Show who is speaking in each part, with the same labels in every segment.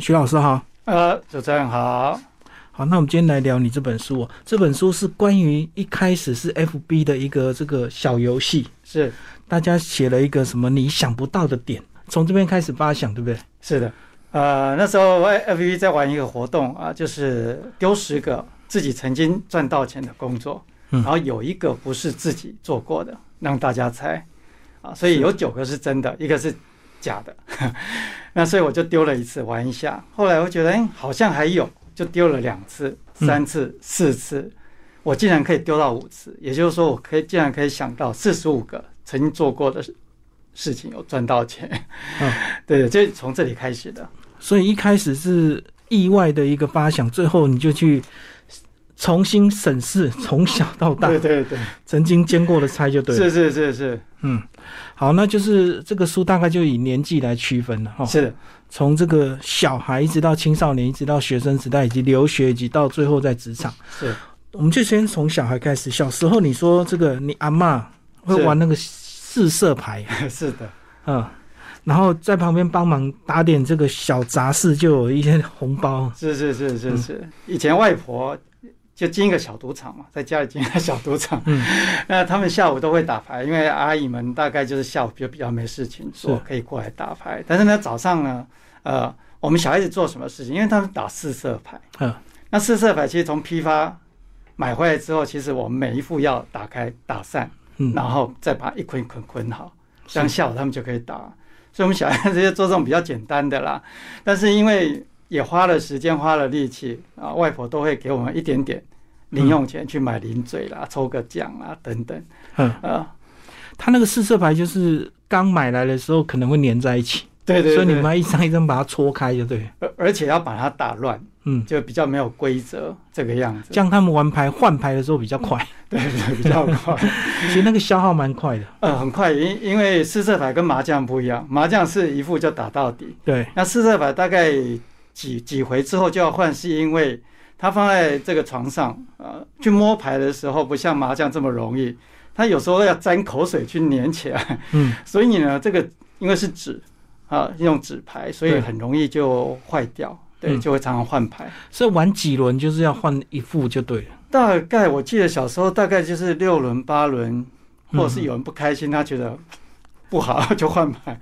Speaker 1: 徐老师好，
Speaker 2: 呃，主持人好，
Speaker 1: 好，那我们今天来聊你这本书、哦。这本书是关于一开始是 FB 的一个这个小游戏，
Speaker 2: 是
Speaker 1: 大家写了一个什么你想不到的点，从这边开始发想，对不对？
Speaker 2: 是的，呃，那时候 F V 在玩一个活动啊，就是丢十个自己曾经赚到钱的工作，
Speaker 1: 嗯
Speaker 2: 然后有一个不是自己做过的，让大家猜啊，所以有九个是真的，一个是假的。 那所以我就丢了一次玩一下，后来我觉得哎、好像还有，就丢了两次、
Speaker 1: 嗯
Speaker 2: 三次、四次，我竟然可以丢到五次，也就是说我可以竟然可以想到四十五个曾经做过的事事情有赚到钱。
Speaker 1: 嗯，
Speaker 2: 对，就是从这里开始的。
Speaker 1: 所以一开始是意外的一个发想，最后你就去重新审视从小到大
Speaker 2: 对对对，
Speaker 1: 曾经经过的猜，就对了。
Speaker 2: 是是是是
Speaker 1: 嗯，好，那就是这个书大概就以年纪来区分了哈、
Speaker 2: 是的，
Speaker 1: 从这个小孩一直到青少年，一直到学生时代，以及留学，以及到最后在职场。
Speaker 2: 是
Speaker 1: 我们就先从小孩开始。小时候你说这个，你阿嬷会玩那个四色牌，
Speaker 2: 是的，
Speaker 1: 嗯，然后在旁边帮忙打点这个小杂事，就有一些红包。
Speaker 2: 是是是
Speaker 1: 嗯
Speaker 2: 是是。以前外婆就经营个小赌场嘛，在家里经营个小赌场，
Speaker 1: 嗯，
Speaker 2: 那他们下午都会打牌，因为阿姨们大概就是下午就比较没事情做
Speaker 1: 是，
Speaker 2: 可以过来打牌。但是呢，早上呢，呃，我们小孩子做什么事情？因为他们打四色牌，
Speaker 1: 嗯，
Speaker 2: 那四色牌其实从批发买回来之后，其实我们每一副要打开打散，
Speaker 1: 嗯
Speaker 2: 然后再把一捆一捆捆好。这样
Speaker 1: 是
Speaker 2: 下午他们就可以打。所以我们小孩子就做这种比较简单的啦，但是因为也花了时间，花了力气啊，外婆都会给我们一点点零用钱去买零嘴啦、抽个奖啊等等
Speaker 1: 嗯，
Speaker 2: 啊。
Speaker 1: 他那个四色牌就是刚买来的时候可能会粘在一起，
Speaker 2: 对对对，
Speaker 1: 所以你们要一张一张把它搓开，就对。
Speaker 2: 而而且要把它打乱，
Speaker 1: 嗯，
Speaker 2: 就比较没有规则这个样子。
Speaker 1: 这样他们玩牌换牌的时候比较快，
Speaker 2: 对 对，比较快。
Speaker 1: 其实那个消耗蛮快的。
Speaker 2: 呃，很快，因因为四色牌跟麻将不一样，麻将是一副就打到底，
Speaker 1: 对，
Speaker 2: 那四色牌大概几几回之后就要换，是因为它放在这个床上，呃，去摸牌的时候不像麻将这么容易，它有时候要沾口水去粘起来，
Speaker 1: 嗯，
Speaker 2: 所以呢，这个因为是纸啊，用纸牌，所以
Speaker 1: 对
Speaker 2: 很容易就坏掉，对，
Speaker 1: 嗯
Speaker 2: 就会常常换牌。
Speaker 1: 所以玩几轮就是要换一副就对了。
Speaker 2: 大概我记得小时候大概就是六轮八轮，或者是
Speaker 1: 嗯
Speaker 2: 有人不开心，他觉得不好 就换牌。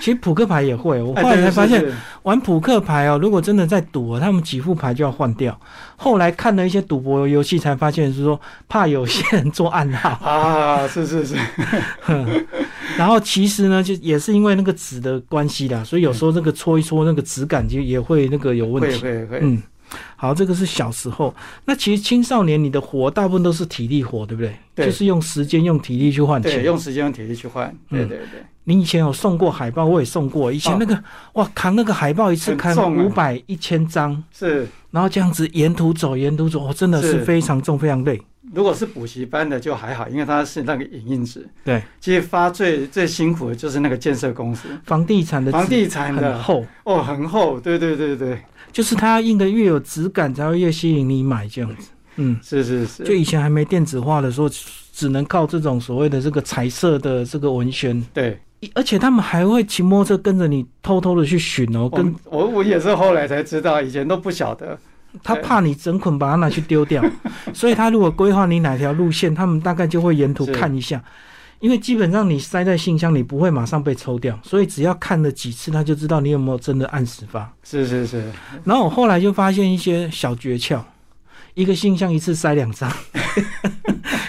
Speaker 1: 其实扑克牌也会，我后
Speaker 2: 哎
Speaker 1: 来才发现，，
Speaker 2: 对是是
Speaker 1: 玩扑克牌哦，如果真的在赌、哦，他们几副牌就要换掉。后来看了一些赌博游戏，才发现是说怕有些人做暗号，
Speaker 2: 啊，是是是，
Speaker 1: 哼然后其实呢，就也是因为那个纸的关系啦，所以有时候那个搓一搓，那个质感就也会那个有问
Speaker 2: 会
Speaker 1: 题。
Speaker 2: 会会。
Speaker 1: 嗯，好，这个是小时候。那其实青少年你的活大部分都是体力活，对不对？
Speaker 2: 对
Speaker 1: 就是用时间、用体力去换
Speaker 2: 对，
Speaker 1: 钱。
Speaker 2: 用时间用体力去换。对
Speaker 1: 嗯
Speaker 2: 对对，
Speaker 1: 你以前有送过海报，我也送过。以前那个、哇，扛那个海报一次
Speaker 2: 啊很
Speaker 1: 扛
Speaker 2: 重啊
Speaker 1: 五百、一千张。
Speaker 2: 是。
Speaker 1: 然后这样子沿途走，沿途走，哦、真的是
Speaker 2: 是
Speaker 1: 非常重，非常累。
Speaker 2: 如果是补习班的就还好，因为它是那个影印纸。
Speaker 1: 对，
Speaker 2: 其实发最最辛苦的就是那个建设公司，
Speaker 1: 房地产的
Speaker 2: 房
Speaker 1: 纸
Speaker 2: 地产
Speaker 1: 很
Speaker 2: 的
Speaker 1: 厚，
Speaker 2: 哦，很厚。对对对对，
Speaker 1: 就是它印的越有质感，才会越吸引你买这样子。嗯，
Speaker 2: 是是，
Speaker 1: 就是以前还没电子化的时候，只能靠这种所谓的这个彩色的这个文宣，
Speaker 2: 对。
Speaker 1: 一而且他们还会骑摩托车跟着你偷偷的去寻哦，
Speaker 2: 我
Speaker 1: 跟
Speaker 2: 我我也是后来才知道，以前都不晓得。
Speaker 1: 他怕你整捆把它拿去丢掉，所以他如果规划你哪条路线，他们大概就会沿途
Speaker 2: 是
Speaker 1: 看一下。因为基本上你塞在信箱，你不会马上被抽掉，所以只要看了几次，他就知道你有没有真的按时发。
Speaker 2: 是是是，
Speaker 1: 然后我后来就发现一些小诀窍，一个信箱一次塞两 张，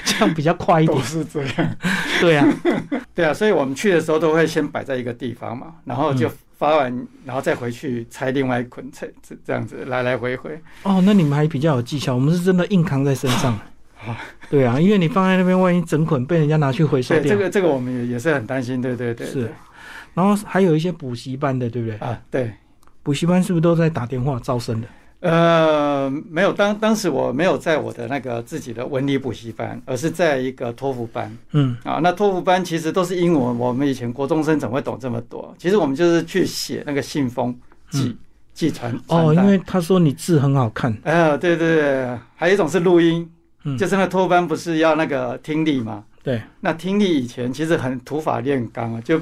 Speaker 1: 这样比较快一
Speaker 2: 都
Speaker 1: 点。
Speaker 2: 是这样。
Speaker 1: 对啊，
Speaker 2: 对啊，所以我们去的时候都会先摆在一个地方嘛，然后
Speaker 1: 嗯
Speaker 2: 就发完，然后再回去拆另外一捆，拆这这样子来来回回。
Speaker 1: 哦，那你们还比较有技巧，我们是真的硬扛在身 上。对啊，因为你放在那边，万一整捆被人家拿去回收
Speaker 2: 对，
Speaker 1: 掉
Speaker 2: 这。个这个我们也也是很担心。对对对，
Speaker 1: 是
Speaker 2: 对
Speaker 1: 然后还有一些补习班的，对不对？
Speaker 2: 啊，对。
Speaker 1: 补习班是不是都在打电话招生的？
Speaker 2: 呃，没有，当当时我没有在我的那个自己的文理补习班，而是在一个托福班
Speaker 1: 嗯，
Speaker 2: 啊。那托福班其实都是英文，我们以前国中生怎么会懂这么多？其实我们就是去写那个信封，寄寄传
Speaker 1: 哦，因
Speaker 2: 传单
Speaker 1: 为他说你字很好看，
Speaker 2: 呃，对对对，还有一种是录音，
Speaker 1: 嗯
Speaker 2: 就是那托福班不是要那个听力嘛？
Speaker 1: 对，
Speaker 2: 那听力以前其实很土法炼钢啊，就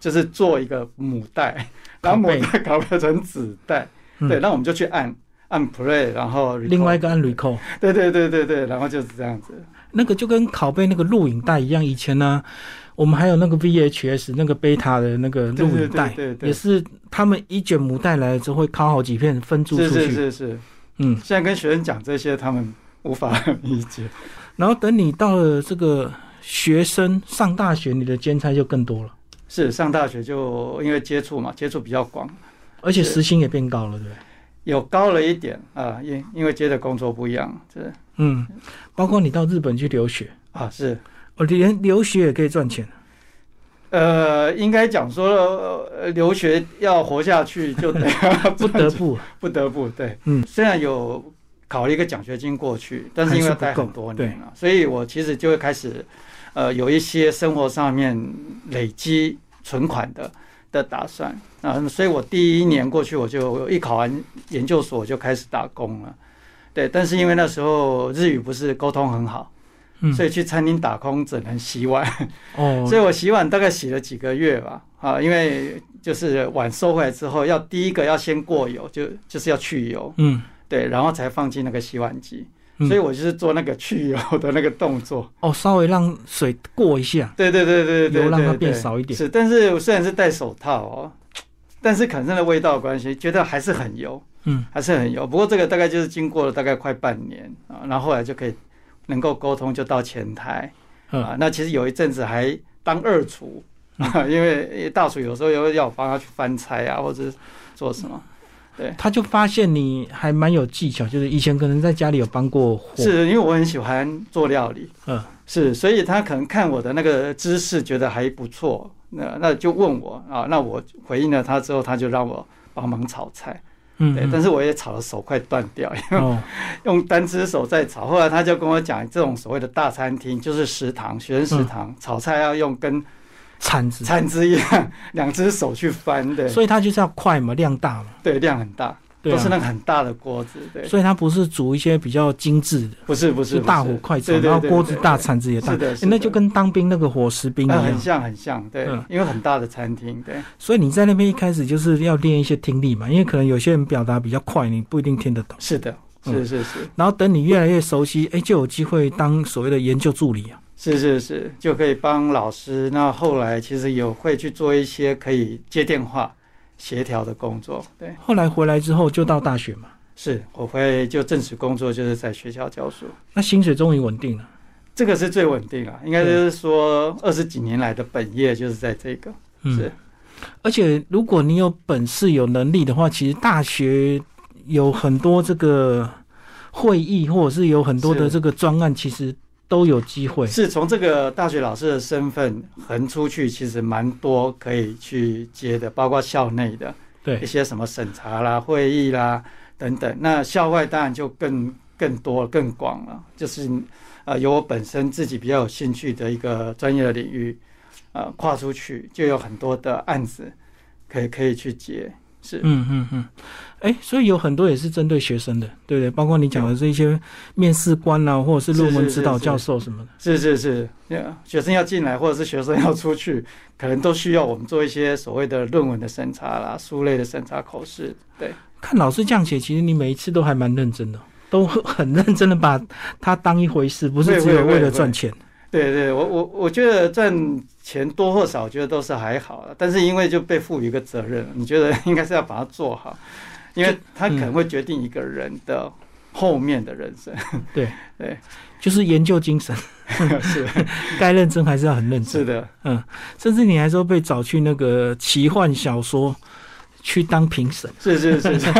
Speaker 2: 就是做一个母带，然后母带搞成纸带，
Speaker 1: 嗯
Speaker 2: 对，那我们就去按按 play，然后 record
Speaker 1: 另外一个按 recall，
Speaker 2: 对对对对对，然后就是这样子，
Speaker 1: 那个就跟拷贝那个录影带一样，以前呢、我们还有那个 VHS 那个贝塔的那个
Speaker 2: 对
Speaker 1: 录
Speaker 2: 对
Speaker 1: 影带
Speaker 2: 对，对
Speaker 1: 也
Speaker 2: 对，
Speaker 1: 是他们一卷母带来了之后会拷好几片分注
Speaker 2: 是
Speaker 1: 出
Speaker 2: 是
Speaker 1: 去，
Speaker 2: 是是，
Speaker 1: 嗯，
Speaker 2: 现在跟学生讲这些，他们无法 理解。
Speaker 1: 然后等你到了这个学生上大学，你的兼差就更多了，
Speaker 2: 是上大学就因为接触嘛，接触比较广，
Speaker 1: 而且
Speaker 2: 是
Speaker 1: 时薪也变高了，对不对？
Speaker 2: 有高了一点啊，因因为接的工作不一样，是
Speaker 1: 嗯，包括你到日本去留学，
Speaker 2: 啊是，
Speaker 1: 我连留学也可以赚钱，
Speaker 2: 呃，应该讲说、呃、留学要活下去就得
Speaker 1: 不得不啊
Speaker 2: 不得不对，
Speaker 1: 嗯，
Speaker 2: 虽然有考了一个奖学金过去，但是因为要待很多年了，所以我其实就会开始，呃，有一些生活上面累积存款的的打算啊、所以我第一年过去我就一考完研究所我就开始打工了，对，但是因为那时候日语不是沟通很好，
Speaker 1: 嗯
Speaker 2: 所以去餐厅打工只能洗碗。
Speaker 1: 哦
Speaker 2: 所，以我洗碗大概洗了几个月吧，啊，因为就是碗收回来之后，要第一个要先过油，就就是要去油，
Speaker 1: 嗯，
Speaker 2: 对，然后才放进那个洗碗机。
Speaker 1: 嗯
Speaker 2: 所以我就是做那个去油的那个动作，
Speaker 1: 哦，稍微让水过一下，
Speaker 2: 对对对对对
Speaker 1: 油
Speaker 2: 对，
Speaker 1: 让它
Speaker 2: 对
Speaker 1: 变少一点
Speaker 2: 是，但是我虽然是戴手套哦，但是可能是那味道的关系，觉得还是很油，
Speaker 1: 嗯，
Speaker 2: 还是很油。不过这个大概就是经过了大概快半年啊，然后后来就可以能够沟通，就到前台。
Speaker 1: 嗯
Speaker 2: 啊，那其实有一阵子还当二厨，啊、因为大厨有时候也会要我帮他去翻菜啊，或者是做什么。
Speaker 1: 他就发现你还蛮有技巧，就是以前可能在家里有帮过火，
Speaker 2: 是因为我很喜欢做料理，
Speaker 1: 嗯，
Speaker 2: 是，所以他可能看我的那个知识觉得还不错，那那就问我啊，那我回应了他之后，他就让我帮忙炒菜，
Speaker 1: 嗯，
Speaker 2: 对，
Speaker 1: 嗯
Speaker 2: 但是我也炒了手快断掉，
Speaker 1: 哦，
Speaker 2: 用单只手在炒。后来他就跟我讲，这种所谓的大餐厅就是食堂，学生
Speaker 1: 嗯
Speaker 2: 食堂、炒菜要用跟
Speaker 1: 铲子，
Speaker 2: 铲子一样，两只手去翻的，
Speaker 1: 所以他就是要快嘛，量大嘛，
Speaker 2: 对，量很大，
Speaker 1: 对
Speaker 2: 都是
Speaker 1: 啊，
Speaker 2: 那个很大的锅子，对，
Speaker 1: 所以他不是煮一些比较精致的，
Speaker 2: 不是不
Speaker 1: 是
Speaker 2: 是
Speaker 1: 大火快炒，
Speaker 2: 对对
Speaker 1: 然后
Speaker 2: 对
Speaker 1: 锅子
Speaker 2: 对
Speaker 1: 大，
Speaker 2: 对
Speaker 1: 铲子也大，
Speaker 2: 是的
Speaker 1: 欸
Speaker 2: 是的
Speaker 1: 那就跟当兵那个伙食兵一
Speaker 2: 呃很
Speaker 1: 样。
Speaker 2: 像很像，对
Speaker 1: 嗯，
Speaker 2: 因为很大的餐厅，对。
Speaker 1: 所以你在那边一开始就是要练一些听力嘛，因为可能有些人表达比较快，你不一定听得懂。
Speaker 2: 是的，
Speaker 1: 嗯
Speaker 2: 是是是
Speaker 1: 然后等你越来越熟悉，哎，就有机会当所谓的研究助理啊。
Speaker 2: 是是是，就可以帮老师。那后来其实有会去做一些可以接电话协调的工作。对，
Speaker 1: 后来回来之后就到大学嘛，
Speaker 2: 是我会就正式工作，就是在学校教书，
Speaker 1: 那薪水终于稳定了。
Speaker 2: 这个是最稳定啊了。应该就是说二十几年来的本业就是在这个。
Speaker 1: 嗯
Speaker 2: 是，
Speaker 1: 而且如果你有本事、有能力的话，其实大学有很多这个会议，或者是有很多的
Speaker 2: 是
Speaker 1: 这个专案，其实都有机会。
Speaker 2: 是从这个大学老师的身份横出去，其实蛮多可以去接的，包括校内的一
Speaker 1: 对，
Speaker 2: 些什么审查啦、会议啦等等。那校外当然就更更多、更广了，就是呃有我本身自己比较有兴趣的一个专业的领域，呃跨出去就有很多的案子可以可以去接。是，
Speaker 1: 嗯嗯嗯，哎、所以有很多也是针对学生的，对不对？包括你讲的这些面试官啊，或者是论文
Speaker 2: 是是
Speaker 1: 指导
Speaker 2: 是
Speaker 1: 教授什么的。
Speaker 2: 是是是，呃学生要进来或者是学生要出去， 可能都需要我们做一些所谓的论文的审查啦、书类的审查口试。对，
Speaker 1: 看老师这样写，其实你每一次都还蛮认真的，都很认真的把它当一回事，不是
Speaker 2: 会
Speaker 1: 只有
Speaker 2: 会
Speaker 1: 为了
Speaker 2: 会
Speaker 1: 赚钱。
Speaker 2: 对对，我我我觉得赚钱多或少，我觉得都是还好了。但是因为就被赋予一个责任，你觉得应该是要把它做好，因为它可能会决定一个人的后面的人生。
Speaker 1: 就是研究精神，
Speaker 2: 是
Speaker 1: 该认真还是要很认
Speaker 2: 是
Speaker 1: 真。
Speaker 2: 的，
Speaker 1: 甚至你还说被找去那个奇幻小说去当评审，
Speaker 2: 是是是是，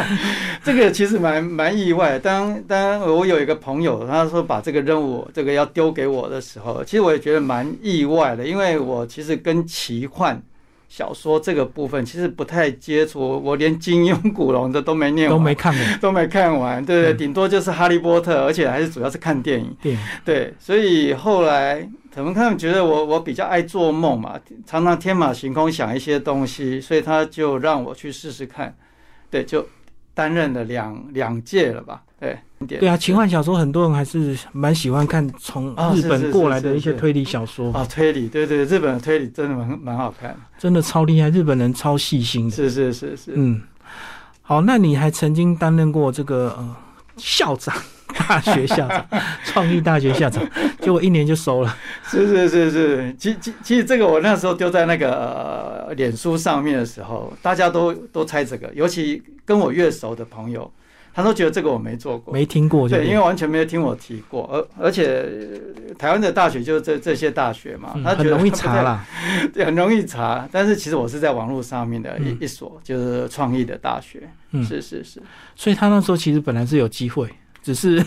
Speaker 2: 这个其实蛮蛮意外。当当我有一个朋友，他说把这个任务这个要丢给我的时候，其实我也觉得蛮意外的，因为我其实跟奇幻小说这个部分其实不太接触，我我连金庸、古龙的都没念
Speaker 1: 都
Speaker 2: 完
Speaker 1: 没看过啊
Speaker 2: 都没看完，对对，
Speaker 1: 嗯
Speaker 2: 顶多就是《哈利波特》，而且还是主要是看电影，
Speaker 1: 电影。
Speaker 2: 对，所以后来可能他们觉得我我比较爱做梦嘛，常常天马行空想一些东西，所以他就让我去试试看，对，就担任了两两届了吧，对，
Speaker 1: 对啊，奇幻小说很多人还是蛮喜欢看从
Speaker 2: 啊
Speaker 1: 日
Speaker 2: 是
Speaker 1: 本
Speaker 2: 是
Speaker 1: 过
Speaker 2: 是
Speaker 1: 来的
Speaker 2: 是
Speaker 1: 一些
Speaker 2: 是
Speaker 1: 推理小说，
Speaker 2: 啊，推理，对对，日本的推理真的蛮蛮好看，
Speaker 1: 真的超厉害，日本人超细心的。
Speaker 2: 是是是是，
Speaker 1: 嗯，好，那你还曾经担任过这个、呃、校长，大学校长， 创意大学校长，结果一年就收了。
Speaker 2: 是是是是，其其其实这个我那时候丢在那个、呃、脸书上面的时候，大家都都猜这个，尤其跟我越熟的朋友，他都觉得这个我没做过，
Speaker 1: 没听过就
Speaker 2: 对，因为
Speaker 1: 为
Speaker 2: 完全没有听我提过，而而且呃台湾的大学就是这这些大学嘛，他觉
Speaker 1: 嗯很
Speaker 2: 得
Speaker 1: 容易
Speaker 2: 他不
Speaker 1: 查
Speaker 2: 太
Speaker 1: 啦。
Speaker 2: 对，很容易查，但是其实我是在网络上面的一、
Speaker 1: 嗯
Speaker 2: 一所就是创意的大学，
Speaker 1: 嗯
Speaker 2: 是是是，
Speaker 1: 所以他那时候其实本来是有机会，只是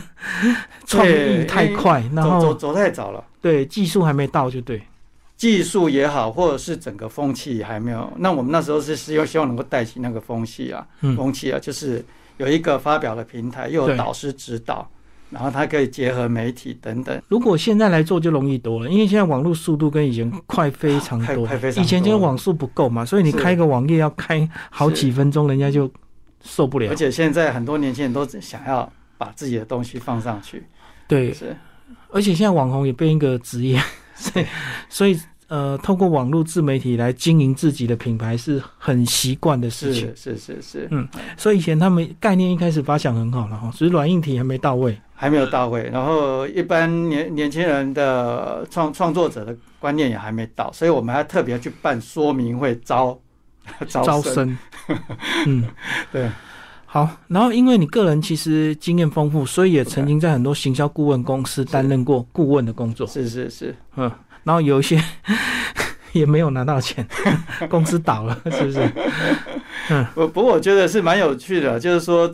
Speaker 1: 创意太快，然
Speaker 2: 走走
Speaker 1: 后
Speaker 2: 走太早了，
Speaker 1: 对技术还没到就对。
Speaker 2: 技术也好，或者是整个风气还没有。那我们那时候是希望希望能够带起那个风气啊，
Speaker 1: 嗯，
Speaker 2: 风气啊，就是有一个发表的平台，又
Speaker 1: 对
Speaker 2: 有导师指导，然后它可以结合媒体等等。
Speaker 1: 如果现在来做就容易多了，因为现在网络速度跟以前快非常
Speaker 2: 快
Speaker 1: 多
Speaker 2: 快非。常
Speaker 1: 以前就是
Speaker 2: 多
Speaker 1: 网速不够嘛，所以你
Speaker 2: 是
Speaker 1: 开个网页要开好
Speaker 2: 是
Speaker 1: 几分钟，人家就受不了
Speaker 2: 而。且现在很多年轻人都想要把自己的东西放上去，
Speaker 1: 对，
Speaker 2: 是
Speaker 1: 而且现在网红也变一个职业， 所以所以呃，透过网络自媒体来经营自己的品牌是很习惯的事情。
Speaker 2: 是是是是，
Speaker 1: 所以以前他们概念一开始发想很好了哈，只是软硬体还没到位。
Speaker 2: 还没有到位。然后一般年年轻人的创创作者的观念也还没到，所以我们还特别去办说明会招招
Speaker 1: 招
Speaker 2: 生
Speaker 1: 生，嗯，
Speaker 2: 对。
Speaker 1: 好，然后因为你个人其实经验丰富，所以也曾经在很多行销顾问公司担任过顾问的工作，
Speaker 2: 是是是，
Speaker 1: 嗯，然后有一些 也没有拿到钱， 公司倒了，是不是？
Speaker 2: 不不过我觉得是蛮有趣的，就是说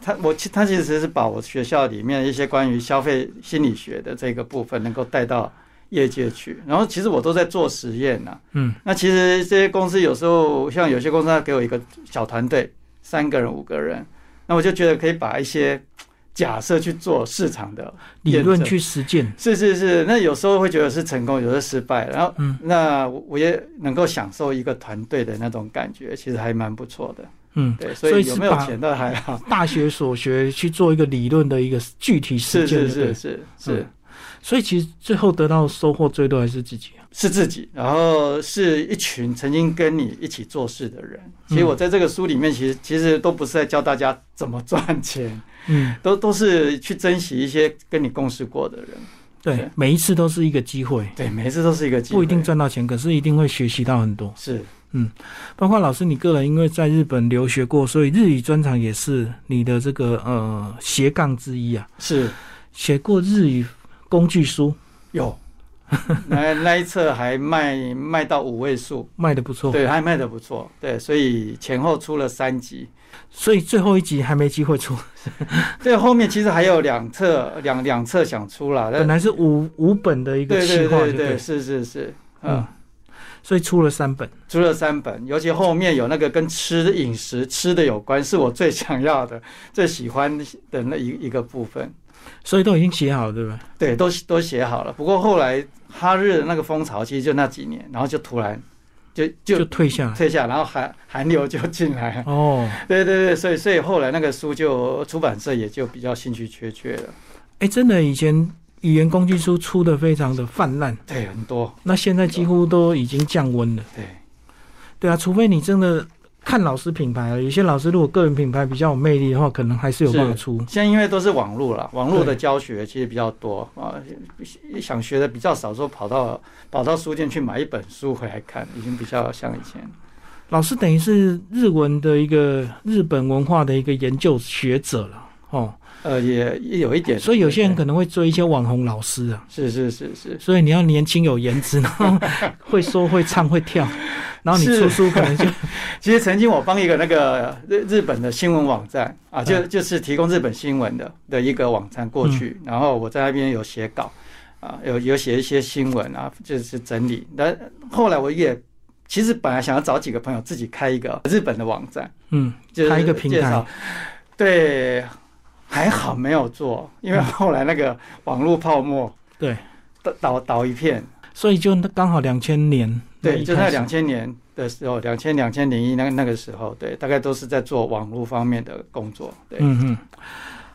Speaker 2: 他我其他其实是把我学校里面一些关于消费心理学的这个部分能够带到业界去，然后其实我都在做实验呐、啊
Speaker 1: 嗯，
Speaker 2: 那其实这些公司有时候像有些公司他给我一个小团队，三个人五个人，那我就觉得可以把一些假设去做市场的
Speaker 1: 理论
Speaker 2: 验证
Speaker 1: 去实践，
Speaker 2: 是是是，那有时候会觉得是成功，有时候失败，然后
Speaker 1: 嗯
Speaker 2: 那我我也能够享受一个团队的那种感觉，其实还蛮不错的。
Speaker 1: 嗯，
Speaker 2: 对，
Speaker 1: 所
Speaker 2: 所
Speaker 1: 以
Speaker 2: 以有
Speaker 1: 是
Speaker 2: 没有
Speaker 1: 把
Speaker 2: 钱倒还好，
Speaker 1: 大学所学去做一个理论的一个具体实
Speaker 2: 是
Speaker 1: 践，对嗯
Speaker 2: 是
Speaker 1: 不
Speaker 2: 是
Speaker 1: 对
Speaker 2: 是是
Speaker 1: 所以其实最后得到收获最多还是自己啊。
Speaker 2: 是自己，然后是一群曾经跟你一起做事的人。
Speaker 1: 嗯
Speaker 2: 其实我在这个书里面，其实其实都不是在教大家怎么赚钱，
Speaker 1: 嗯，
Speaker 2: 都都是去珍惜一些跟你共事过的人。
Speaker 1: 对
Speaker 2: 是，
Speaker 1: 每一次都是一个机会，
Speaker 2: 对，每一次都是一个机会，
Speaker 1: 不一定赚到钱，可是一定会学习到很多。
Speaker 2: 是
Speaker 1: 包括老师你个人因为在日本留学过，所以日语专长也是你的这个呃斜杠之一啊。
Speaker 2: 是
Speaker 1: 写过日语工具书，
Speaker 2: 有。那那一册还卖卖到五位数，
Speaker 1: 卖的不错，
Speaker 2: 对，还啊卖的不错，对，所以前后出了三集，
Speaker 1: 所以最后一集还没机会出，
Speaker 2: 对，后面其实还有两册两两册想出了，但
Speaker 1: 本来是五五本的一个
Speaker 2: 对
Speaker 1: 计
Speaker 2: 对
Speaker 1: 划，
Speaker 2: 对
Speaker 1: 不
Speaker 2: 对，是是是，
Speaker 1: 嗯
Speaker 2: 嗯，，
Speaker 1: 所以出了三本。
Speaker 2: 出了三本，尤其后面有那个跟吃的饮食吃的有关，是我最想要的、最喜欢的那一一个部分。
Speaker 1: 所以都已经写好了，对吧？
Speaker 2: 对，都都写好了。不过后来哈日的那个风潮，其实就那几年，然后就突然就
Speaker 1: 就
Speaker 2: 就
Speaker 1: 退下来。
Speaker 2: 退下，然后韩韩流就进来了。
Speaker 1: 哦，
Speaker 2: 对对对，所以所以后来那个书就出版社也就比较兴趣缺缺了。
Speaker 1: 哎，真的，以前语言工具书出的非常的泛滥，
Speaker 2: 对，很多
Speaker 1: 那现在几乎都已经降温了。
Speaker 2: 对。
Speaker 1: 对啊，除非你真的看老师品牌啊，有些老师如果个人品牌比较有魅力的话，可能还是有办法出。
Speaker 2: 现在因为都是网络了，网络的教学其实比较多啊，想学的比较少，说跑到跑到书店去买一本书回来看，已经比较像以前。
Speaker 1: 老师等于是日文的一个日本文化的一个研究学者了。哦，
Speaker 2: 呃，也也有一点，
Speaker 1: 所以有些人
Speaker 2: 对
Speaker 1: 可能会追一些网红老师啊，
Speaker 2: 是是是是
Speaker 1: 所以你要年轻有颜值，然后会说会唱会 跳，然后你
Speaker 2: 是
Speaker 1: 出书可能就
Speaker 2: 其实曾经我帮一个那个日日本的新闻网站啊，就
Speaker 1: 嗯
Speaker 2: 就是提供日本新闻的的一个网站过去，然后我在那边有写稿啊，有有写一些新闻啊，就是整理。但后来我也其实本来想要找几个朋友自己开一个日本的网站，
Speaker 1: 嗯
Speaker 2: 就是
Speaker 1: 开一个平
Speaker 2: 介
Speaker 1: 台
Speaker 2: 绍。对，还好没有做，因为后来那个网络泡沫
Speaker 1: 嗯对，
Speaker 2: 倒倒倒一片。
Speaker 1: 所以就刚好两千年，
Speaker 2: 对，
Speaker 1: 一
Speaker 2: 就
Speaker 1: 开
Speaker 2: 在
Speaker 1: 始
Speaker 2: 两千年的时候，两千两千零一那个那个时候，对，大概都是在做网络方面的工作。对，
Speaker 1: 嗯嗯，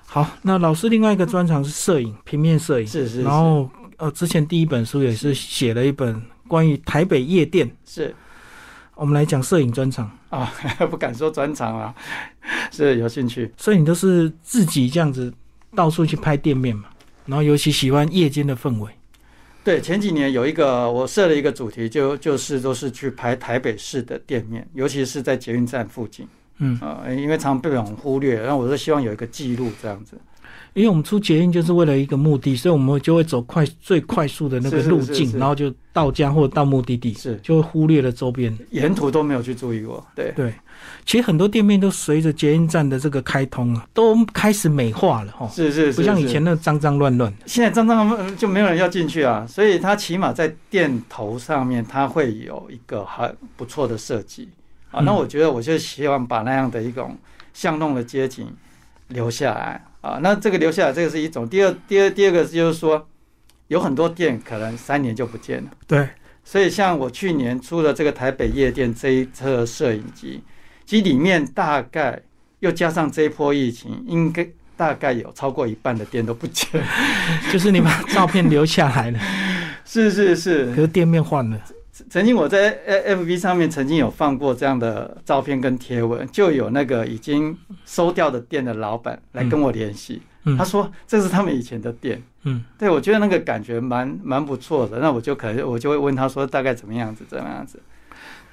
Speaker 1: 好，那老师另外一个专长是摄影，平面摄影。
Speaker 2: 是是
Speaker 1: 然
Speaker 2: 是
Speaker 1: 后呃，之前第一本书也是写了一本关于台北夜店
Speaker 2: 是，
Speaker 1: 我们来讲摄影专场，
Speaker 2: 啊， 不敢说专长啦，是有兴趣。
Speaker 1: 摄影都是自己这样子到处去拍店面嘛，然后尤其喜欢夜间的氛围。
Speaker 2: 对，前几年有一个我设了一个主题，就就是都是去拍台北市的店面，尤其是在捷运站附近。
Speaker 1: 嗯，
Speaker 2: 呃，因为常被我们忽略，然后我就希望有一个记录这样子。
Speaker 1: 因为我们出捷运就是为了一个目的，所以我们就会走快最快速的那个
Speaker 2: 是是
Speaker 1: 路
Speaker 2: 是
Speaker 1: 径，
Speaker 2: 是
Speaker 1: 然后就到家或者到目的地，
Speaker 2: 是
Speaker 1: 就会忽略了周边。
Speaker 2: 沿途都没有去注意过，对，
Speaker 1: 对，其实很多店面都随着捷运站的这个开通啊，都开始美化了哈，
Speaker 2: 是是是，
Speaker 1: 不像
Speaker 2: 是
Speaker 1: 以前那脏脏乱乱的。
Speaker 2: 现在脏脏呃就没有人要进去啊，所以它起码在店头上面，它会有一个很不错的设计啊。
Speaker 1: 嗯
Speaker 2: 那我觉得，我就希望把那样的一种巷弄的街景留下来啊。那这个留下来，这个是一种。第二，第二，第二个就是说，有很多店可能三年就不见了。
Speaker 1: 对，
Speaker 2: 所以，像我去年出了这个台北夜店这一册摄影集，其实里面大概又加上这一波疫情，应该大概有超过一半的店都不见了。
Speaker 1: 就是你把照片留下来了，
Speaker 2: 是是
Speaker 1: 可
Speaker 2: 是，
Speaker 1: 是店面换了。
Speaker 2: 曾经我在 F B 上面曾经有放过这样的照片跟贴文，就有那个已经收掉的店的老板来跟我联系，
Speaker 1: 嗯
Speaker 2: 他说这是他们以前的店，
Speaker 1: 嗯，
Speaker 2: 对我觉得那个感觉蛮蛮不错的，那我就可能我就会问他说大概怎么样子怎么样子，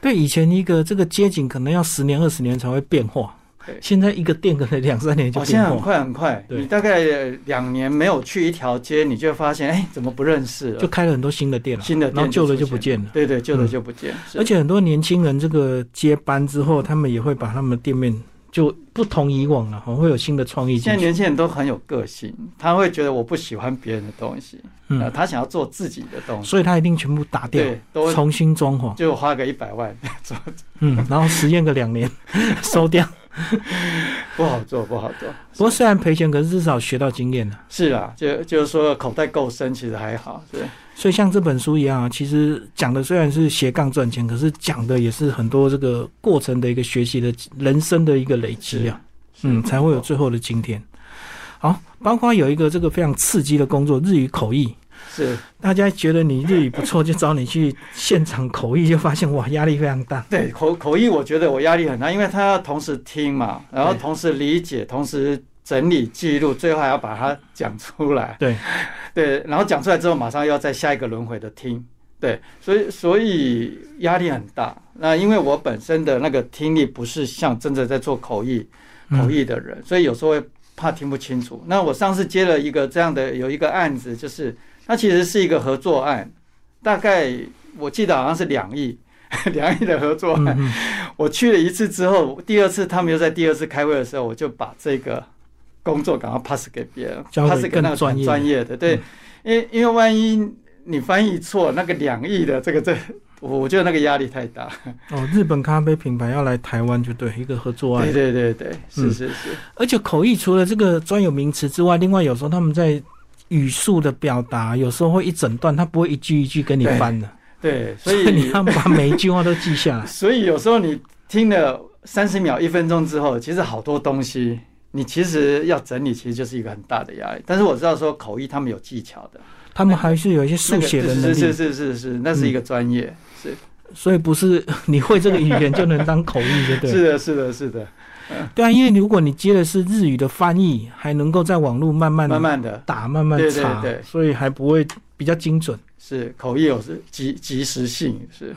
Speaker 1: 对，以前一个这个街景可能要十年二十年才会变化
Speaker 2: 对，
Speaker 1: 现在一个店可能两三哎年就
Speaker 2: 哦，现
Speaker 1: 变
Speaker 2: 在很
Speaker 1: 化，
Speaker 2: 快很快，
Speaker 1: 对
Speaker 2: 你大概两年没有去一条街，你就会发现哎怎么不认识
Speaker 1: 就
Speaker 2: 了，
Speaker 1: 开了很多新的店了，
Speaker 2: 新的
Speaker 1: 然
Speaker 2: 店
Speaker 1: 后旧的就不
Speaker 2: 出现
Speaker 1: 见了
Speaker 2: 了，。对对，旧的
Speaker 1: 嗯
Speaker 2: 就不见，是
Speaker 1: 而且很多年轻人这个接班之后，他们也会把他们的店面就不同以往了，会有新的创意
Speaker 2: 现
Speaker 1: 进
Speaker 2: 在
Speaker 1: 去。
Speaker 2: 年轻人都很有个性，他会觉得我不喜欢别人的东西，呃，
Speaker 1: 嗯，
Speaker 2: 他想要做自己的东西，
Speaker 1: 所以他一定全部打掉，
Speaker 2: 对，都
Speaker 1: 重新装潢。
Speaker 2: 就花个一 百万，做
Speaker 1: 嗯，然后实验个两年， 收掉。
Speaker 2: 不好做，不好做。
Speaker 1: 不过虽然赔钱，可是至少学到经验了。
Speaker 2: 是啊，就就是说口袋够深，其实还好，对，
Speaker 1: 所以像这本书一样啊，其实讲的虽然是斜杠赚钱，可是讲的也是很多这个过程的一个学习的人生的一个累积啊，
Speaker 2: 是
Speaker 1: 嗯，才会有最后的今天。好，包括有一个这个非常刺激的工作，日语口译，
Speaker 2: 是，
Speaker 1: 大家觉得你日语不错，就找你去现场口译，就发现哇，压力非常大。
Speaker 2: 对口口译，我觉得我压力很大，因为他要同时听嘛，然后
Speaker 1: 对
Speaker 2: 同时理解，同时整理记录，最后还要把它讲出来。
Speaker 1: 对，
Speaker 2: 对，然后讲出来之后，马上又要在下一个轮回的听，对，所以所以压力很大。那因为我本身的那个听力不是像真的在做口译
Speaker 1: 嗯
Speaker 2: 口译的人，所以有时候会怕听不清楚。那我上次接了一个这样的有一个案子，就是它其实是一个合作案，大概我记得好像是两亿。 两亿的合作
Speaker 1: 嗯
Speaker 2: 案，
Speaker 1: 嗯，
Speaker 2: 我去了一次之后，第二次他们又在第二次开会的时候，我就把这个工作赶快 pass 给别人
Speaker 1: 交给
Speaker 2: ，pass 给那
Speaker 1: 更
Speaker 2: 个
Speaker 1: 专业嗯
Speaker 2: 很专业的，对，因为因为万一你翻译错，那个两亿的这个这，我我觉得那个压力太大。
Speaker 1: 哦，日本咖啡品牌要来台湾，就对一个合作案
Speaker 2: 对。对对对，
Speaker 1: 嗯
Speaker 2: 是是是，
Speaker 1: 而且口译除了这个专有名词之外，另外有时候他们在语速的表达，有时候会一整段，他不会一句一句跟你翻的，
Speaker 2: 对，所
Speaker 1: 所以你
Speaker 2: 以
Speaker 1: 要把每一句话都记下来。
Speaker 2: 所以有时候你听了三十秒、一分钟之后，其实好多东西。你其实要整理，其实就是一个很大的压力。但是我知道说口译他们有技巧的，
Speaker 1: 他们还是有一些
Speaker 2: 那
Speaker 1: 速
Speaker 2: 个
Speaker 1: 写的能
Speaker 2: 是是
Speaker 1: 力，
Speaker 2: 是是是，那是一个专业，是
Speaker 1: 所以不是你会这个语言就能当口译，对不对？
Speaker 2: 是的，是的，是的，
Speaker 1: 对啊，因为如果你接的是日语的翻译，还能够在网络慢慢
Speaker 2: 慢慢的
Speaker 1: 打、慢慢查，
Speaker 2: 对对对
Speaker 1: 所以还不会比较精准。
Speaker 2: 是口译有是及及时性，是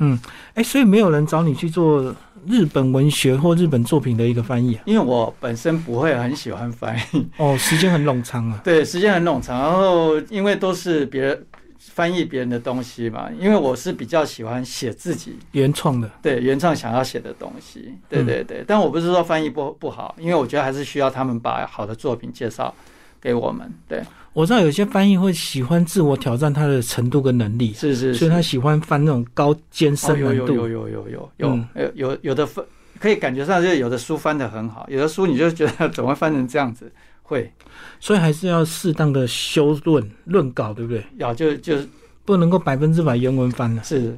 Speaker 1: 哎，所以没有人找你去做日本文学或日本作品的一个翻译啊？
Speaker 2: 因为我本身不会很喜欢翻译，
Speaker 1: 哦，时间很冗长啊。
Speaker 2: 对，时间很冗长，然后因为都是别人翻译别人的东西嘛，因为我是比较喜欢写自己
Speaker 1: 原创的，
Speaker 2: 对原创想要写的东西，对
Speaker 1: 嗯
Speaker 2: 对对，但我不是说翻译不不好，因为我觉得还是需要他们把好的作品介绍给我们，对，
Speaker 1: 我知道有些翻译会喜欢自我挑战他的程度跟能力，
Speaker 2: 是是是
Speaker 1: 所以，他喜欢翻那种高艰
Speaker 2: 哦
Speaker 1: 深
Speaker 2: 有
Speaker 1: 难
Speaker 2: 有有
Speaker 1: 度。
Speaker 2: 有有有有
Speaker 1: 嗯
Speaker 2: 呃有有的翻可以感觉上就是有的书翻的很好，有的书你就觉得怎么会翻成这样子，会
Speaker 1: 所以还是要适当的修论论稿，对不对？
Speaker 2: 要就就
Speaker 1: 不能够百分之百原文翻了。
Speaker 2: 是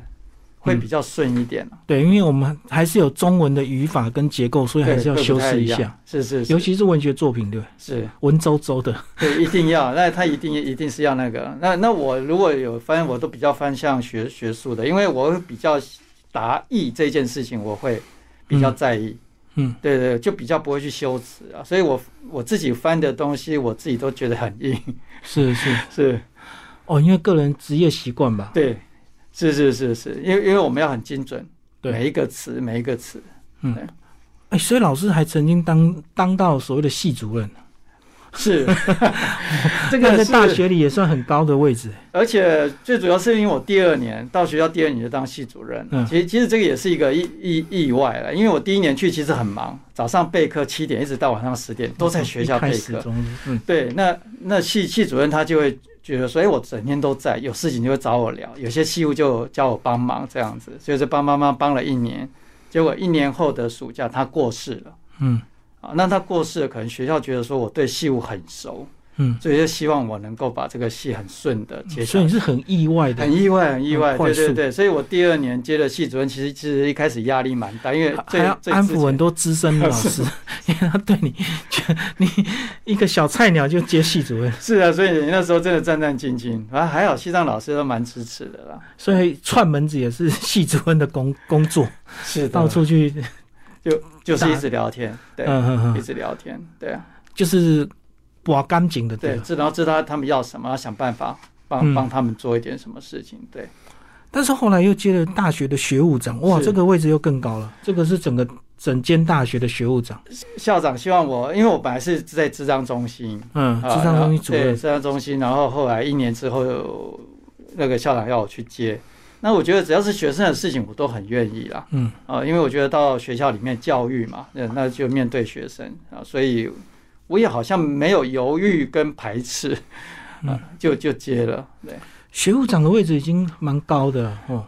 Speaker 2: 会比较顺一点、啊
Speaker 1: 对，因为我们还是有中文的语法跟结构，所以
Speaker 2: 对，
Speaker 1: 还是要
Speaker 2: 会不
Speaker 1: 修
Speaker 2: 太
Speaker 1: 饰一
Speaker 2: 样
Speaker 1: 下，，
Speaker 2: 是是是，
Speaker 1: 尤其是文学作品，对不对？
Speaker 2: 是
Speaker 1: 文绉绉的，
Speaker 2: 对，一定要，那他一定一定是要那个。那那我如果有翻，我都比较翻向学学术的，因为我会比较答疑这件事情，我会比较在意。
Speaker 1: 嗯，
Speaker 2: 对对，就比较不会去修辞啊。所以我我自己翻的东西，我自己都觉得很硬。
Speaker 1: 是是
Speaker 2: 是，
Speaker 1: 哦，因为个人职业习惯吧。
Speaker 2: 对，是是是是，因为因为我们要很精准，
Speaker 1: 对
Speaker 2: 每一个词每一个词。
Speaker 1: 哎，所以老师还曾经当当到所谓的系主任，
Speaker 2: 是，这
Speaker 1: 那
Speaker 2: 个
Speaker 1: 在
Speaker 2: 是
Speaker 1: 大学里也算很高的位置。
Speaker 2: 而且最主要是因为我第二年到学校第二年就当系主任了，
Speaker 1: 嗯
Speaker 2: 其实其实这个也是一个意意意外了，因为我第一年去其实很忙，早上备课七点一直到晚上十点都在学校
Speaker 1: 一开
Speaker 2: 备
Speaker 1: 始
Speaker 2: 课。
Speaker 1: 中，嗯，
Speaker 2: 对，那那系系主任他就会觉得说，哎，我整天都在，有事情就会找我聊，有些系务就叫我帮忙这样子，所以就帮帮帮帮了一年，结果一年后的暑假他过世了。
Speaker 1: 嗯
Speaker 2: 啊，那他过世了，可能学校觉得说我对戏务很熟，
Speaker 1: 嗯，
Speaker 2: 所以就希望我能够把这个戏很顺的接下
Speaker 1: 所以
Speaker 2: 来
Speaker 1: 你。是很意外的
Speaker 2: 很，意外，很意外，
Speaker 1: 快
Speaker 2: 对
Speaker 1: 速
Speaker 2: 对对，所以我第二年接了系主任，其实其实一开始压力蛮大，因为
Speaker 1: 还还
Speaker 2: 最
Speaker 1: 要
Speaker 2: 最
Speaker 1: 安
Speaker 2: 之
Speaker 1: 抚很
Speaker 2: 前
Speaker 1: 多资深的老 师，因为他对你，你一个小菜鸟就接系主任，
Speaker 2: 是啊，所以那时候真的战战兢兢，啊，还好西藏老师都蛮支持的啦，
Speaker 1: 所以串门子也是系主任的工 工作，
Speaker 2: 是
Speaker 1: 到处去，
Speaker 2: 嗯就是一直聊天，对，
Speaker 1: 嗯嗯
Speaker 2: 一
Speaker 1: 嗯，
Speaker 2: 直聊天，对啊，
Speaker 1: 就是挖干净的对
Speaker 2: 对
Speaker 1: 吧。，
Speaker 2: 知然后知道他们要什么，想办法
Speaker 1: 嗯
Speaker 2: 帮帮他们做一点什么事情，对，
Speaker 1: 但是后来又接了大学的学务长，哇，
Speaker 2: 是
Speaker 1: 这个位置又更高了，这个是整个整间大学的学务长，
Speaker 2: 校长希望我，因为我本来是在智障中心，
Speaker 1: 嗯，
Speaker 2: 啊
Speaker 1: 智商中心主
Speaker 2: 对
Speaker 1: 任，
Speaker 2: 智障中心，然后后来一年之后，那个校长要我去接。那我觉得只要是学生的事情，我都很愿意啦。
Speaker 1: 嗯，
Speaker 2: 啊，因为我觉得到学校里面教育嘛，那那就面对学生啊，所以我也好像没有犹豫跟排斥，
Speaker 1: 嗯
Speaker 2: 啊，就就接了。对，
Speaker 1: 学务长的位置已经蛮高的了哦，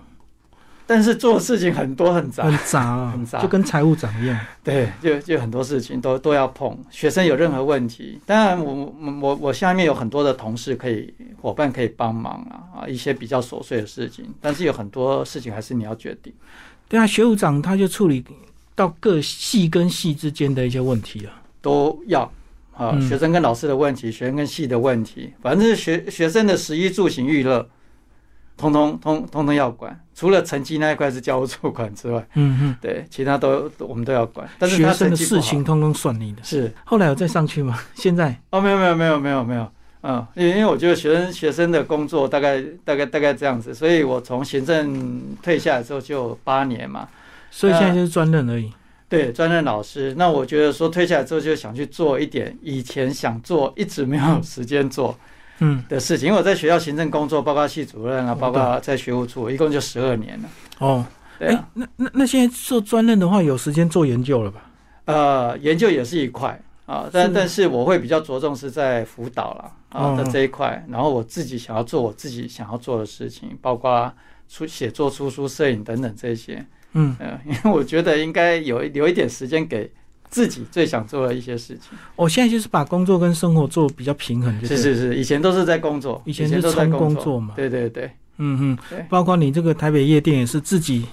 Speaker 2: 但是做事情很多很杂
Speaker 1: 很，杂啊，
Speaker 2: 很杂
Speaker 1: 就跟财务长一样，
Speaker 2: 对，就就很多事情都都要碰。学生有任何问题，当然我我我我下面有很多的同事可以伙伴可以帮忙啊啊，一些比较琐碎的事情，但是有很多事情还是你要决定。
Speaker 1: 对啊，学务长他就处理到各系跟系之间的一些问题了。
Speaker 2: 都要啊，
Speaker 1: 嗯
Speaker 2: 学生跟老师的问题，学生跟系的问题，反正是学学生的食衣住行娱乐，通通通通通要管。除了成绩那一块是教务处管之外，
Speaker 1: 嗯
Speaker 2: 对，其他都都我们都要管。但是
Speaker 1: 学
Speaker 2: 他
Speaker 1: 生
Speaker 2: 成
Speaker 1: 的
Speaker 2: 绩不
Speaker 1: 事
Speaker 2: 好
Speaker 1: 情通通算你的。
Speaker 2: 是
Speaker 1: 后来有再上去吗？ 现在
Speaker 2: 哦，没有没有没有没有没有，嗯，因为因为我觉得学生学生的工作大概大概大概这样子，所以我从行政退下来之后就八年嘛，
Speaker 1: 所以现在就是专任而已。
Speaker 2: 对，啊专任老师。那我觉得说退下来之后就想去做一点以前想做一直没有时间做
Speaker 1: 嗯，
Speaker 2: 的事情，因为我在学校行政工作，包括系主任啊，
Speaker 1: 嗯
Speaker 2: 包括在学务处，一共就十二年了。
Speaker 1: 哦，
Speaker 2: 对啊，
Speaker 1: 那那那现在做专任的话，有时间做研究了吧？
Speaker 2: 呃，研究也是一块啊，
Speaker 1: 是
Speaker 2: 但但是我会比较着重是在辅导啦啊
Speaker 1: 嗯
Speaker 2: 的这一块，然后我自己想要做我自己想要做的事情，包括出写作、出书、摄影等等这些。
Speaker 1: 嗯，
Speaker 2: 嗯、 因为我觉得应该有留一点时间给自己最想做的一些事情。
Speaker 1: 我、哦现在就是把工作跟生活做比较平衡，就是
Speaker 2: 是是，以前都是在工作，
Speaker 1: 以
Speaker 2: 以
Speaker 1: 前是
Speaker 2: 都在
Speaker 1: 冲工
Speaker 2: 工
Speaker 1: 作嘛
Speaker 2: 对对对
Speaker 1: 嗯
Speaker 2: 对
Speaker 1: 嗯，包括你这个台北夜店也是自己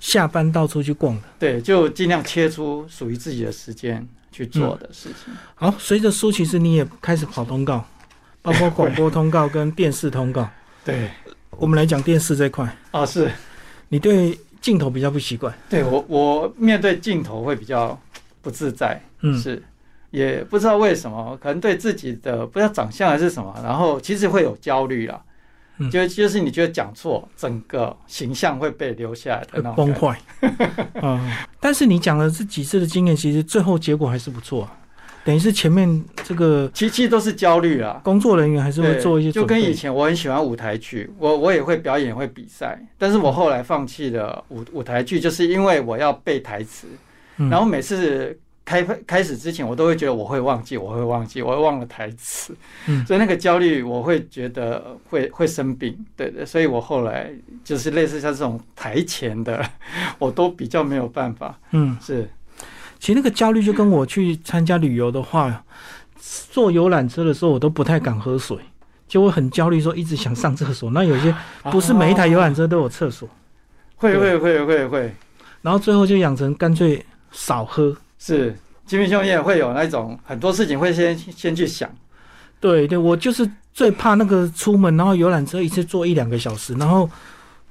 Speaker 1: 下班到处去逛的。
Speaker 2: 对，就尽量切出属于自己的时间去做的事情。
Speaker 1: 好，随着书，其实你也开始跑通告，包括广播通告跟电视通告。
Speaker 2: 对，
Speaker 1: 我们来讲电视这块，
Speaker 2: 啊是。
Speaker 1: 你对镜头比较不习惯。
Speaker 2: 对我，我面对镜头会比较不自在，
Speaker 1: 嗯，
Speaker 2: 是，也不知道为什么，可能对自己的不知道长相还是什么，然后其实会有焦虑啦，
Speaker 1: 嗯
Speaker 2: 就就是你觉得讲错，整个形象会被留下来的
Speaker 1: 会
Speaker 2: 那种
Speaker 1: 呃崩
Speaker 2: 感觉。
Speaker 1: 坏。 嗯，但是你讲了这几次的经验，其实最后结果还是不错、啊，等于是前面这个
Speaker 2: 其其实都是焦虑啦，
Speaker 1: 工作人员还是会
Speaker 2: 对
Speaker 1: 做一些
Speaker 2: 就
Speaker 1: 准备
Speaker 2: 跟以前我很喜欢舞台剧，我我也会表演，也会比赛，但是我后来放弃了舞舞台剧，就是因为我要背台词，
Speaker 1: 嗯
Speaker 2: 然后每次开拍开始之前，我都会觉得我会忘记，我会忘记，我会忘了台词，
Speaker 1: 嗯
Speaker 2: 所以那个焦虑我会觉得会会生病，对对，所以我后来就是类似像这种台前的， 我都比较没有办法，
Speaker 1: 嗯，
Speaker 2: 是
Speaker 1: 其实那个焦虑就跟我去参加旅游的话，坐游览车的时候我都不太敢喝水，就会很焦虑，说一直想上厕所。那有些不是每一台游览车都有厕所，
Speaker 2: 啊会会会会会
Speaker 1: 然后最后就养成干脆少喝。
Speaker 2: 是。金明兄你也会有那种很多事情会先先去想，
Speaker 1: 对对，我就是最怕那个出门，然后游览车一次坐一两个小时，然后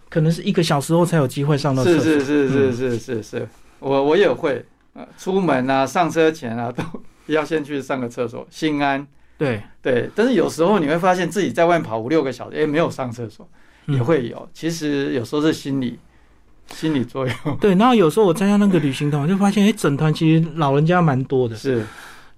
Speaker 1: 可能是一个小时后才有机会上到厕
Speaker 2: 是
Speaker 1: 所。
Speaker 2: 是是
Speaker 1: 嗯
Speaker 2: 是是是是，我我也会，呃出门啊、上车前啊，都 要先去上个厕所，心安。
Speaker 1: 对，
Speaker 2: 对，但是有时候你会发现自己在外面跑五六个小时，哎，没有上厕所，
Speaker 1: 嗯
Speaker 2: 也会有。其实有时候是心理心理作用，
Speaker 1: 对。然后有时候我参加那个旅行团，我就发现，哎，整团其实老人家蛮多的。
Speaker 2: 是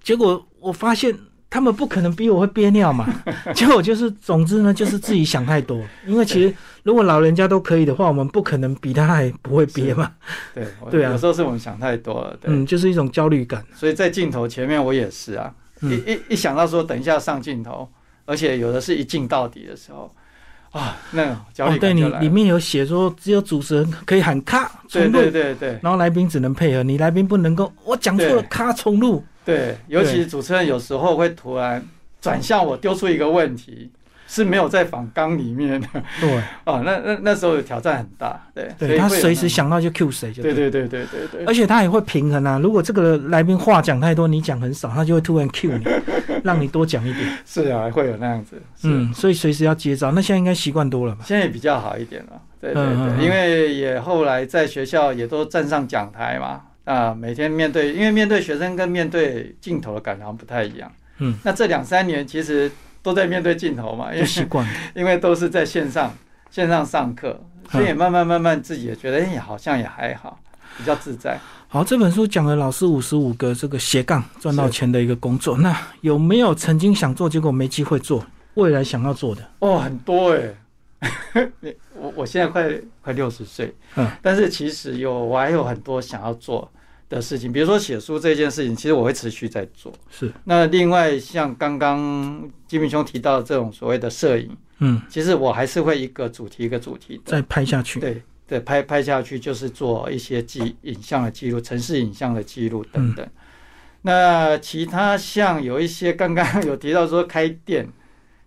Speaker 1: 结果我发现他们不可能逼我会憋尿 嘛，结果就是，总之呢，就是自己想太多。因为其实如果老人家都可以的话，我们不可能比他还不会憋嘛。
Speaker 2: 对，我
Speaker 1: 对啊
Speaker 2: 有时候是我们想太多了，对。
Speaker 1: 嗯，就是一种焦虑感。
Speaker 2: 所以在镜头前面我也是啊，
Speaker 1: 嗯
Speaker 2: 一一一想到说等一下上镜头，而且有的是一镜到底的时候，啊，那种焦
Speaker 1: 哦
Speaker 2: 虑，
Speaker 1: 对
Speaker 2: 感
Speaker 1: 你
Speaker 2: 就来
Speaker 1: 里
Speaker 2: 了。
Speaker 1: 面有写说，只有主持人可以喊咔
Speaker 2: 对
Speaker 1: 重录
Speaker 2: 对，对对
Speaker 1: 然后来宾只能配合，你来宾不能够，我讲错了
Speaker 2: 对
Speaker 1: 咔重录。
Speaker 2: 对，尤其主持人有时候会突然转向我，丢出一个问题。是没有在访纲里面的
Speaker 1: 对，
Speaker 2: 哦，那那那时候挑战很大，对，所
Speaker 1: 对
Speaker 2: 以
Speaker 1: 他
Speaker 2: 会有
Speaker 1: 随
Speaker 2: 那
Speaker 1: 时
Speaker 2: 种，
Speaker 1: 想到就 Q 谁就哎
Speaker 2: 对对对对对对，
Speaker 1: 而且他也会平衡啊。如果这个来宾话讲太多，你讲很少，他就会突然 Q 你，让你多讲一点。
Speaker 2: 是啊，会有那样子，是啊
Speaker 1: 嗯，所以随时要接招。那现在应该习惯多了吧？
Speaker 2: 现在也比较好一点了，对对对，
Speaker 1: 嗯嗯嗯
Speaker 2: 因为也后来在学校也都站上讲台嘛，啊，每天面对，因为面对学生跟面对镜头的感觉好像不太一样，
Speaker 1: 嗯，
Speaker 2: 那这两三年其实都在面对镜头嘛，因
Speaker 1: 就
Speaker 2: 为
Speaker 1: 习惯了。
Speaker 2: 因为都是在线上线上上课，所以
Speaker 1: 嗯
Speaker 2: 也慢慢慢慢自己也觉得，哎、好像也还好，比较自在。
Speaker 1: 好，这本书讲了老师五十五个这个斜杠赚到钱的一个工作。那有没有曾经想做，结果没机会做，未来想要做的？
Speaker 2: 哦，很多哎、 你我我现在快快六十岁，
Speaker 1: 嗯，
Speaker 2: 但是其实有我还有很多想要做的事情，比如说写书这件事情，其实我会持续在做。
Speaker 1: 是，
Speaker 2: 那另外像刚刚金明兄提到这种所谓的摄影，
Speaker 1: 嗯，
Speaker 2: 其实我还是会一个主题一个主题的，
Speaker 1: 再拍下去。
Speaker 2: 对对，拍拍下去就是做一些记影像的记录、城市影像的记录等等。
Speaker 1: 嗯
Speaker 2: 那其他像有一些刚刚有提到说开店，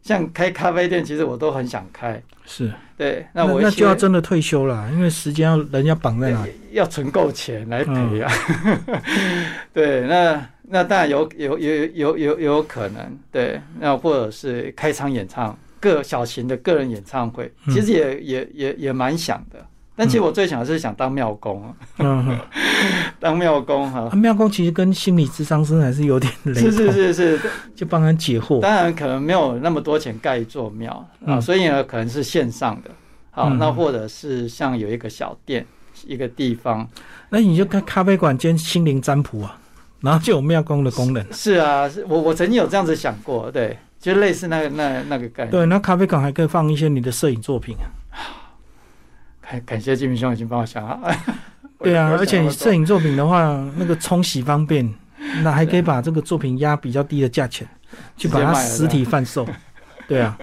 Speaker 2: 像开咖啡店，其实我都很想开。
Speaker 1: 是，
Speaker 2: 对，
Speaker 1: 那
Speaker 2: 我
Speaker 1: 那就
Speaker 2: 一些
Speaker 1: 要真的退休了，啊因为时间要人家绑在哪里。
Speaker 2: 要存够钱来赔啊。
Speaker 1: 嗯
Speaker 2: 对，那那当然有有有有有有可能，对，那或者是开场演唱个小型的个人演唱会，
Speaker 1: 嗯
Speaker 2: 其实也、也也也蛮想的。但其实我最想的是想当庙工啊，
Speaker 1: 嗯，哼
Speaker 2: 当庙工哈、
Speaker 1: 啊妙公其实跟心理智商师还是有点雷
Speaker 2: 是
Speaker 1: 同，
Speaker 2: 是是是，
Speaker 1: 就帮他解惑。
Speaker 2: 当然可能没有那么多钱盖一座庙啊，
Speaker 1: 嗯
Speaker 2: 所以呢，可能是线上的。好，
Speaker 1: 嗯
Speaker 2: 那或者是像有一个小店，一个地方，
Speaker 1: 那你就开咖啡馆兼心灵占卜啊，然后就有妙公的功能。
Speaker 2: 是啊，是我我曾经有这样子想过，对，就类似那个那那个概念。
Speaker 1: 对，那咖啡馆还可以放一些你的摄影作品啊。
Speaker 2: 感感谢金明兄已经帮我想好。我
Speaker 1: 对啊，
Speaker 2: 我想
Speaker 1: 而且你
Speaker 2: 我
Speaker 1: 摄影作品的话，那个冲洗方便，那还可以把这个作品压比较低的价钱，去把它实体贩售。对啊，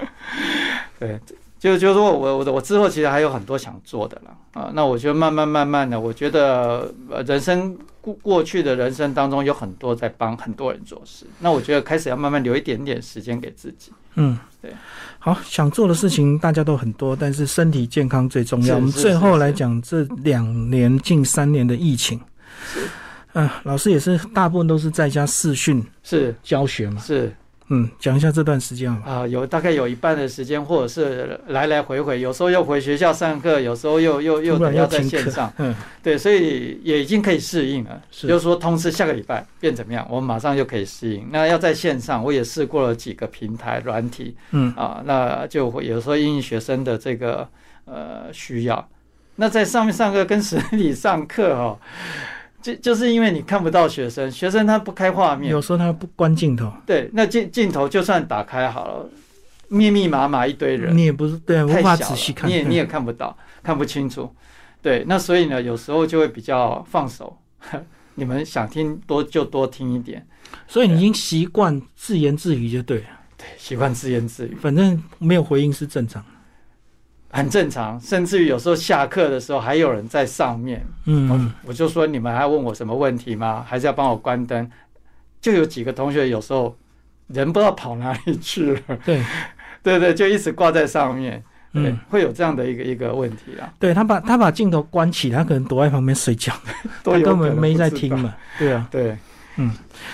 Speaker 2: 就就说我我我之后其实还有很多想做的啦啊，那我觉得慢慢慢慢的，我觉得呃人生过过去的人生当中有很多在帮很多人做事，那我觉得开始要慢慢留一点点时间给自己。
Speaker 1: 嗯，
Speaker 2: 对。
Speaker 1: 好，想做的事情大家都很多，但是身体健康最重
Speaker 2: 是
Speaker 1: 要。我们
Speaker 2: 是
Speaker 1: 最
Speaker 2: 是
Speaker 1: 后
Speaker 2: 是
Speaker 1: 来讲这两年近三年的疫情，嗯、老师也是大部分都是在家视讯
Speaker 2: 是
Speaker 1: 教学嘛。
Speaker 2: 是
Speaker 1: 嗯，讲一下这段时间好吗？
Speaker 2: 啊、有大概有一半的时间，或者是来来回回，有时候又回学校上课，有时候又又又
Speaker 1: 突然
Speaker 2: 等
Speaker 1: 要
Speaker 2: 要在
Speaker 1: 停
Speaker 2: 线
Speaker 1: 课
Speaker 2: 上，，
Speaker 1: 嗯，
Speaker 2: 对，所以也已经可以适应了。
Speaker 1: 是
Speaker 2: 就是说通知下个礼拜变怎么样，我们马上就可以适应。那要在线上，我也试过了几个平台软体
Speaker 1: 嗯
Speaker 2: 啊，那就会有时候应学生的这个呃需要。那在上面上课跟实体上课哦，就就是因为你看不到学生，学生他不开画面
Speaker 1: 有，时候他不关镜头，
Speaker 2: 对，那镜镜头就算打开好了，密密麻麻一堆人，
Speaker 1: 你也不是对，无
Speaker 2: 太
Speaker 1: 法
Speaker 2: 小
Speaker 1: 仔
Speaker 2: 了
Speaker 1: 细看。
Speaker 2: 你也你也
Speaker 1: 嗯
Speaker 2: 看不到，看不清楚。对，那所以呢，有时候就会比较放手， 你们想听多就多听一点，
Speaker 1: 所以你已经习惯自言自语就对了，
Speaker 2: 对，习惯自言自语
Speaker 1: 反正没有回应是正常。
Speaker 2: 很正常，甚至于有时候下课的时候还有人在上面，
Speaker 1: 嗯，嗯
Speaker 2: 我就说你们还要问我什么问题吗？还是要帮我关灯？就有几个同学有时候人不知道跑哪里去了，
Speaker 1: 对，
Speaker 2: 对对，就一直挂在上面，对，
Speaker 1: 嗯，
Speaker 2: 会有这样的一个一个问题啊，
Speaker 1: 对他把他把镜头关起，他可能躲在旁边睡觉，
Speaker 2: 都
Speaker 1: 他
Speaker 2: 有
Speaker 1: 根
Speaker 2: 可
Speaker 1: 本
Speaker 2: 能
Speaker 1: 没
Speaker 2: 不
Speaker 1: 在
Speaker 2: 知
Speaker 1: 听
Speaker 2: 道
Speaker 1: 嘛。对啊，
Speaker 2: 对，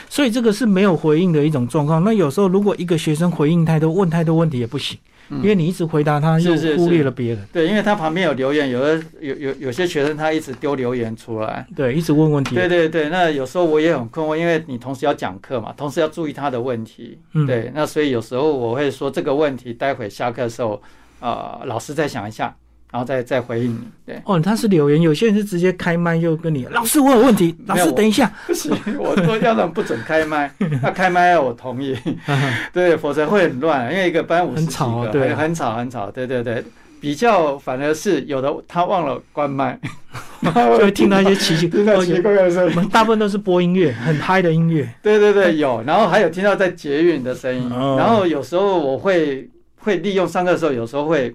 Speaker 1: 所以这个是没有回应的一种状况。那有时候如果一个学生回应太多，问太多问题也不行，
Speaker 2: 嗯
Speaker 1: 因为你一直回答他，又
Speaker 2: 是是
Speaker 1: 忽略了别人，
Speaker 2: 对，因为他旁边有留言，有的有有有些学生他一直丢留言出来。
Speaker 1: 对，一直问问题，
Speaker 2: 对对对，那有时候我也很困惑，因为你同时要讲课嘛，同时要注意他的问题。
Speaker 1: 嗯，
Speaker 2: 对，那所以有时候我会说这个问题，待会下课的时候，呃，老师再想一下，然后再再回应你。对，
Speaker 1: 哦，他是留言，有些人是直接开麦又跟你老师我有问题，老
Speaker 2: 没有
Speaker 1: 师
Speaker 2: 我
Speaker 1: 等一下，
Speaker 2: 不行，我说要让不准开麦，那开麦要我同意， 对，否则会很乱，因为一个班五十
Speaker 1: 很
Speaker 2: 几
Speaker 1: 吵啊
Speaker 2: 个，
Speaker 1: 对
Speaker 2: 很很吵很吵，对对对。比较反而是有的他忘了关麦，
Speaker 1: 就
Speaker 2: 就
Speaker 1: 会听到一些奇 奇
Speaker 2: 听到奇怪的声
Speaker 1: 我
Speaker 2: 音。
Speaker 1: 们大部分都是播音乐，很嗨的音乐，
Speaker 2: 对对对， 有，然后还有听到在捷运的声音，
Speaker 1: 哦
Speaker 2: 然后有时候我会会利用上课的时候，有时候会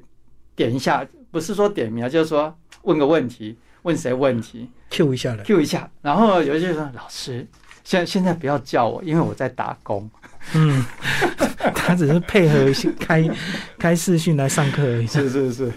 Speaker 2: 点一下，不是说点名啊，就是说问个问题，问谁问题
Speaker 1: Q 一下来，
Speaker 2: ，Q 一下，然后有一些人说老师，现现在不要叫我，因为我在打 工。
Speaker 1: 嗯，他只是配合一些开开视讯来上课而已，
Speaker 2: 是是是，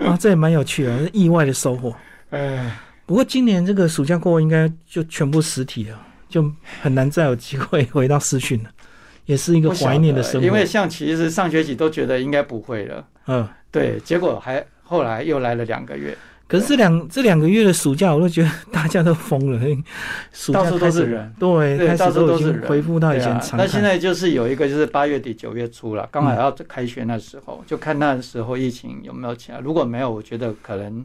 Speaker 1: 啊，这也蛮有趣的，是意外的收获。
Speaker 2: 哎，
Speaker 1: 不过今年这个暑假过后，应该就全部实体了，就很难再有机会回到视讯了， 也是一个
Speaker 2: 不晓
Speaker 1: 怀念的
Speaker 2: 得
Speaker 1: 生活。
Speaker 2: 因为像其实上学期都觉得应该不会了，
Speaker 1: 嗯，
Speaker 2: 对，结果还后来又来了两个月，
Speaker 1: 可是这两这两个月的暑假，我都觉得大家都疯了，暑假
Speaker 2: 到处都
Speaker 1: 开始
Speaker 2: 是人，
Speaker 1: 对，
Speaker 2: 对
Speaker 1: 开
Speaker 2: 到
Speaker 1: 始
Speaker 2: 处都
Speaker 1: 已
Speaker 2: 是
Speaker 1: 经
Speaker 2: 人
Speaker 1: 恢复到以
Speaker 2: 对
Speaker 1: 前
Speaker 2: 啊
Speaker 1: 常态。嗯
Speaker 2: 那现在就是有一个就是八月底九月初了，刚好要开学那时候，就看那时候疫情有没有起来。如果没有，我觉得可能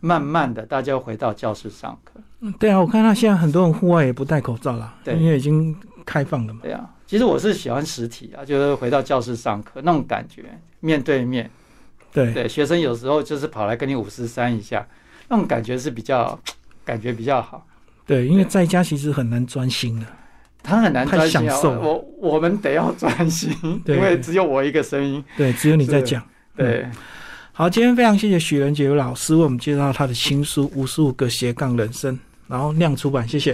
Speaker 2: 慢慢的大家回到教室上课。
Speaker 1: 对啊，我看到现在很多人户外也不戴口罩了，
Speaker 2: 对
Speaker 1: 因为已经开放了嘛。
Speaker 2: 对啊，其实我是喜欢实体啊，就是回到教室上课那种感觉，面对面。
Speaker 1: 对，
Speaker 2: 对，学生有时候就是跑来跟你五十三一下，那种感觉是比较感觉比较好。
Speaker 1: 对，因为在家其实很难专心的。
Speaker 2: 他很难
Speaker 1: 太
Speaker 2: 专心啊
Speaker 1: 享，受了
Speaker 2: 我我们得要专心，
Speaker 1: 对
Speaker 2: 因为
Speaker 1: 对
Speaker 2: 只有我一个声音。
Speaker 1: 对，只有你在
Speaker 2: 是
Speaker 1: 讲。嗯
Speaker 2: 对，
Speaker 1: 好，今天非常谢谢许仁杰老师为我们介绍他的新书《五十五个斜杠人生》，然后亮出版，谢谢。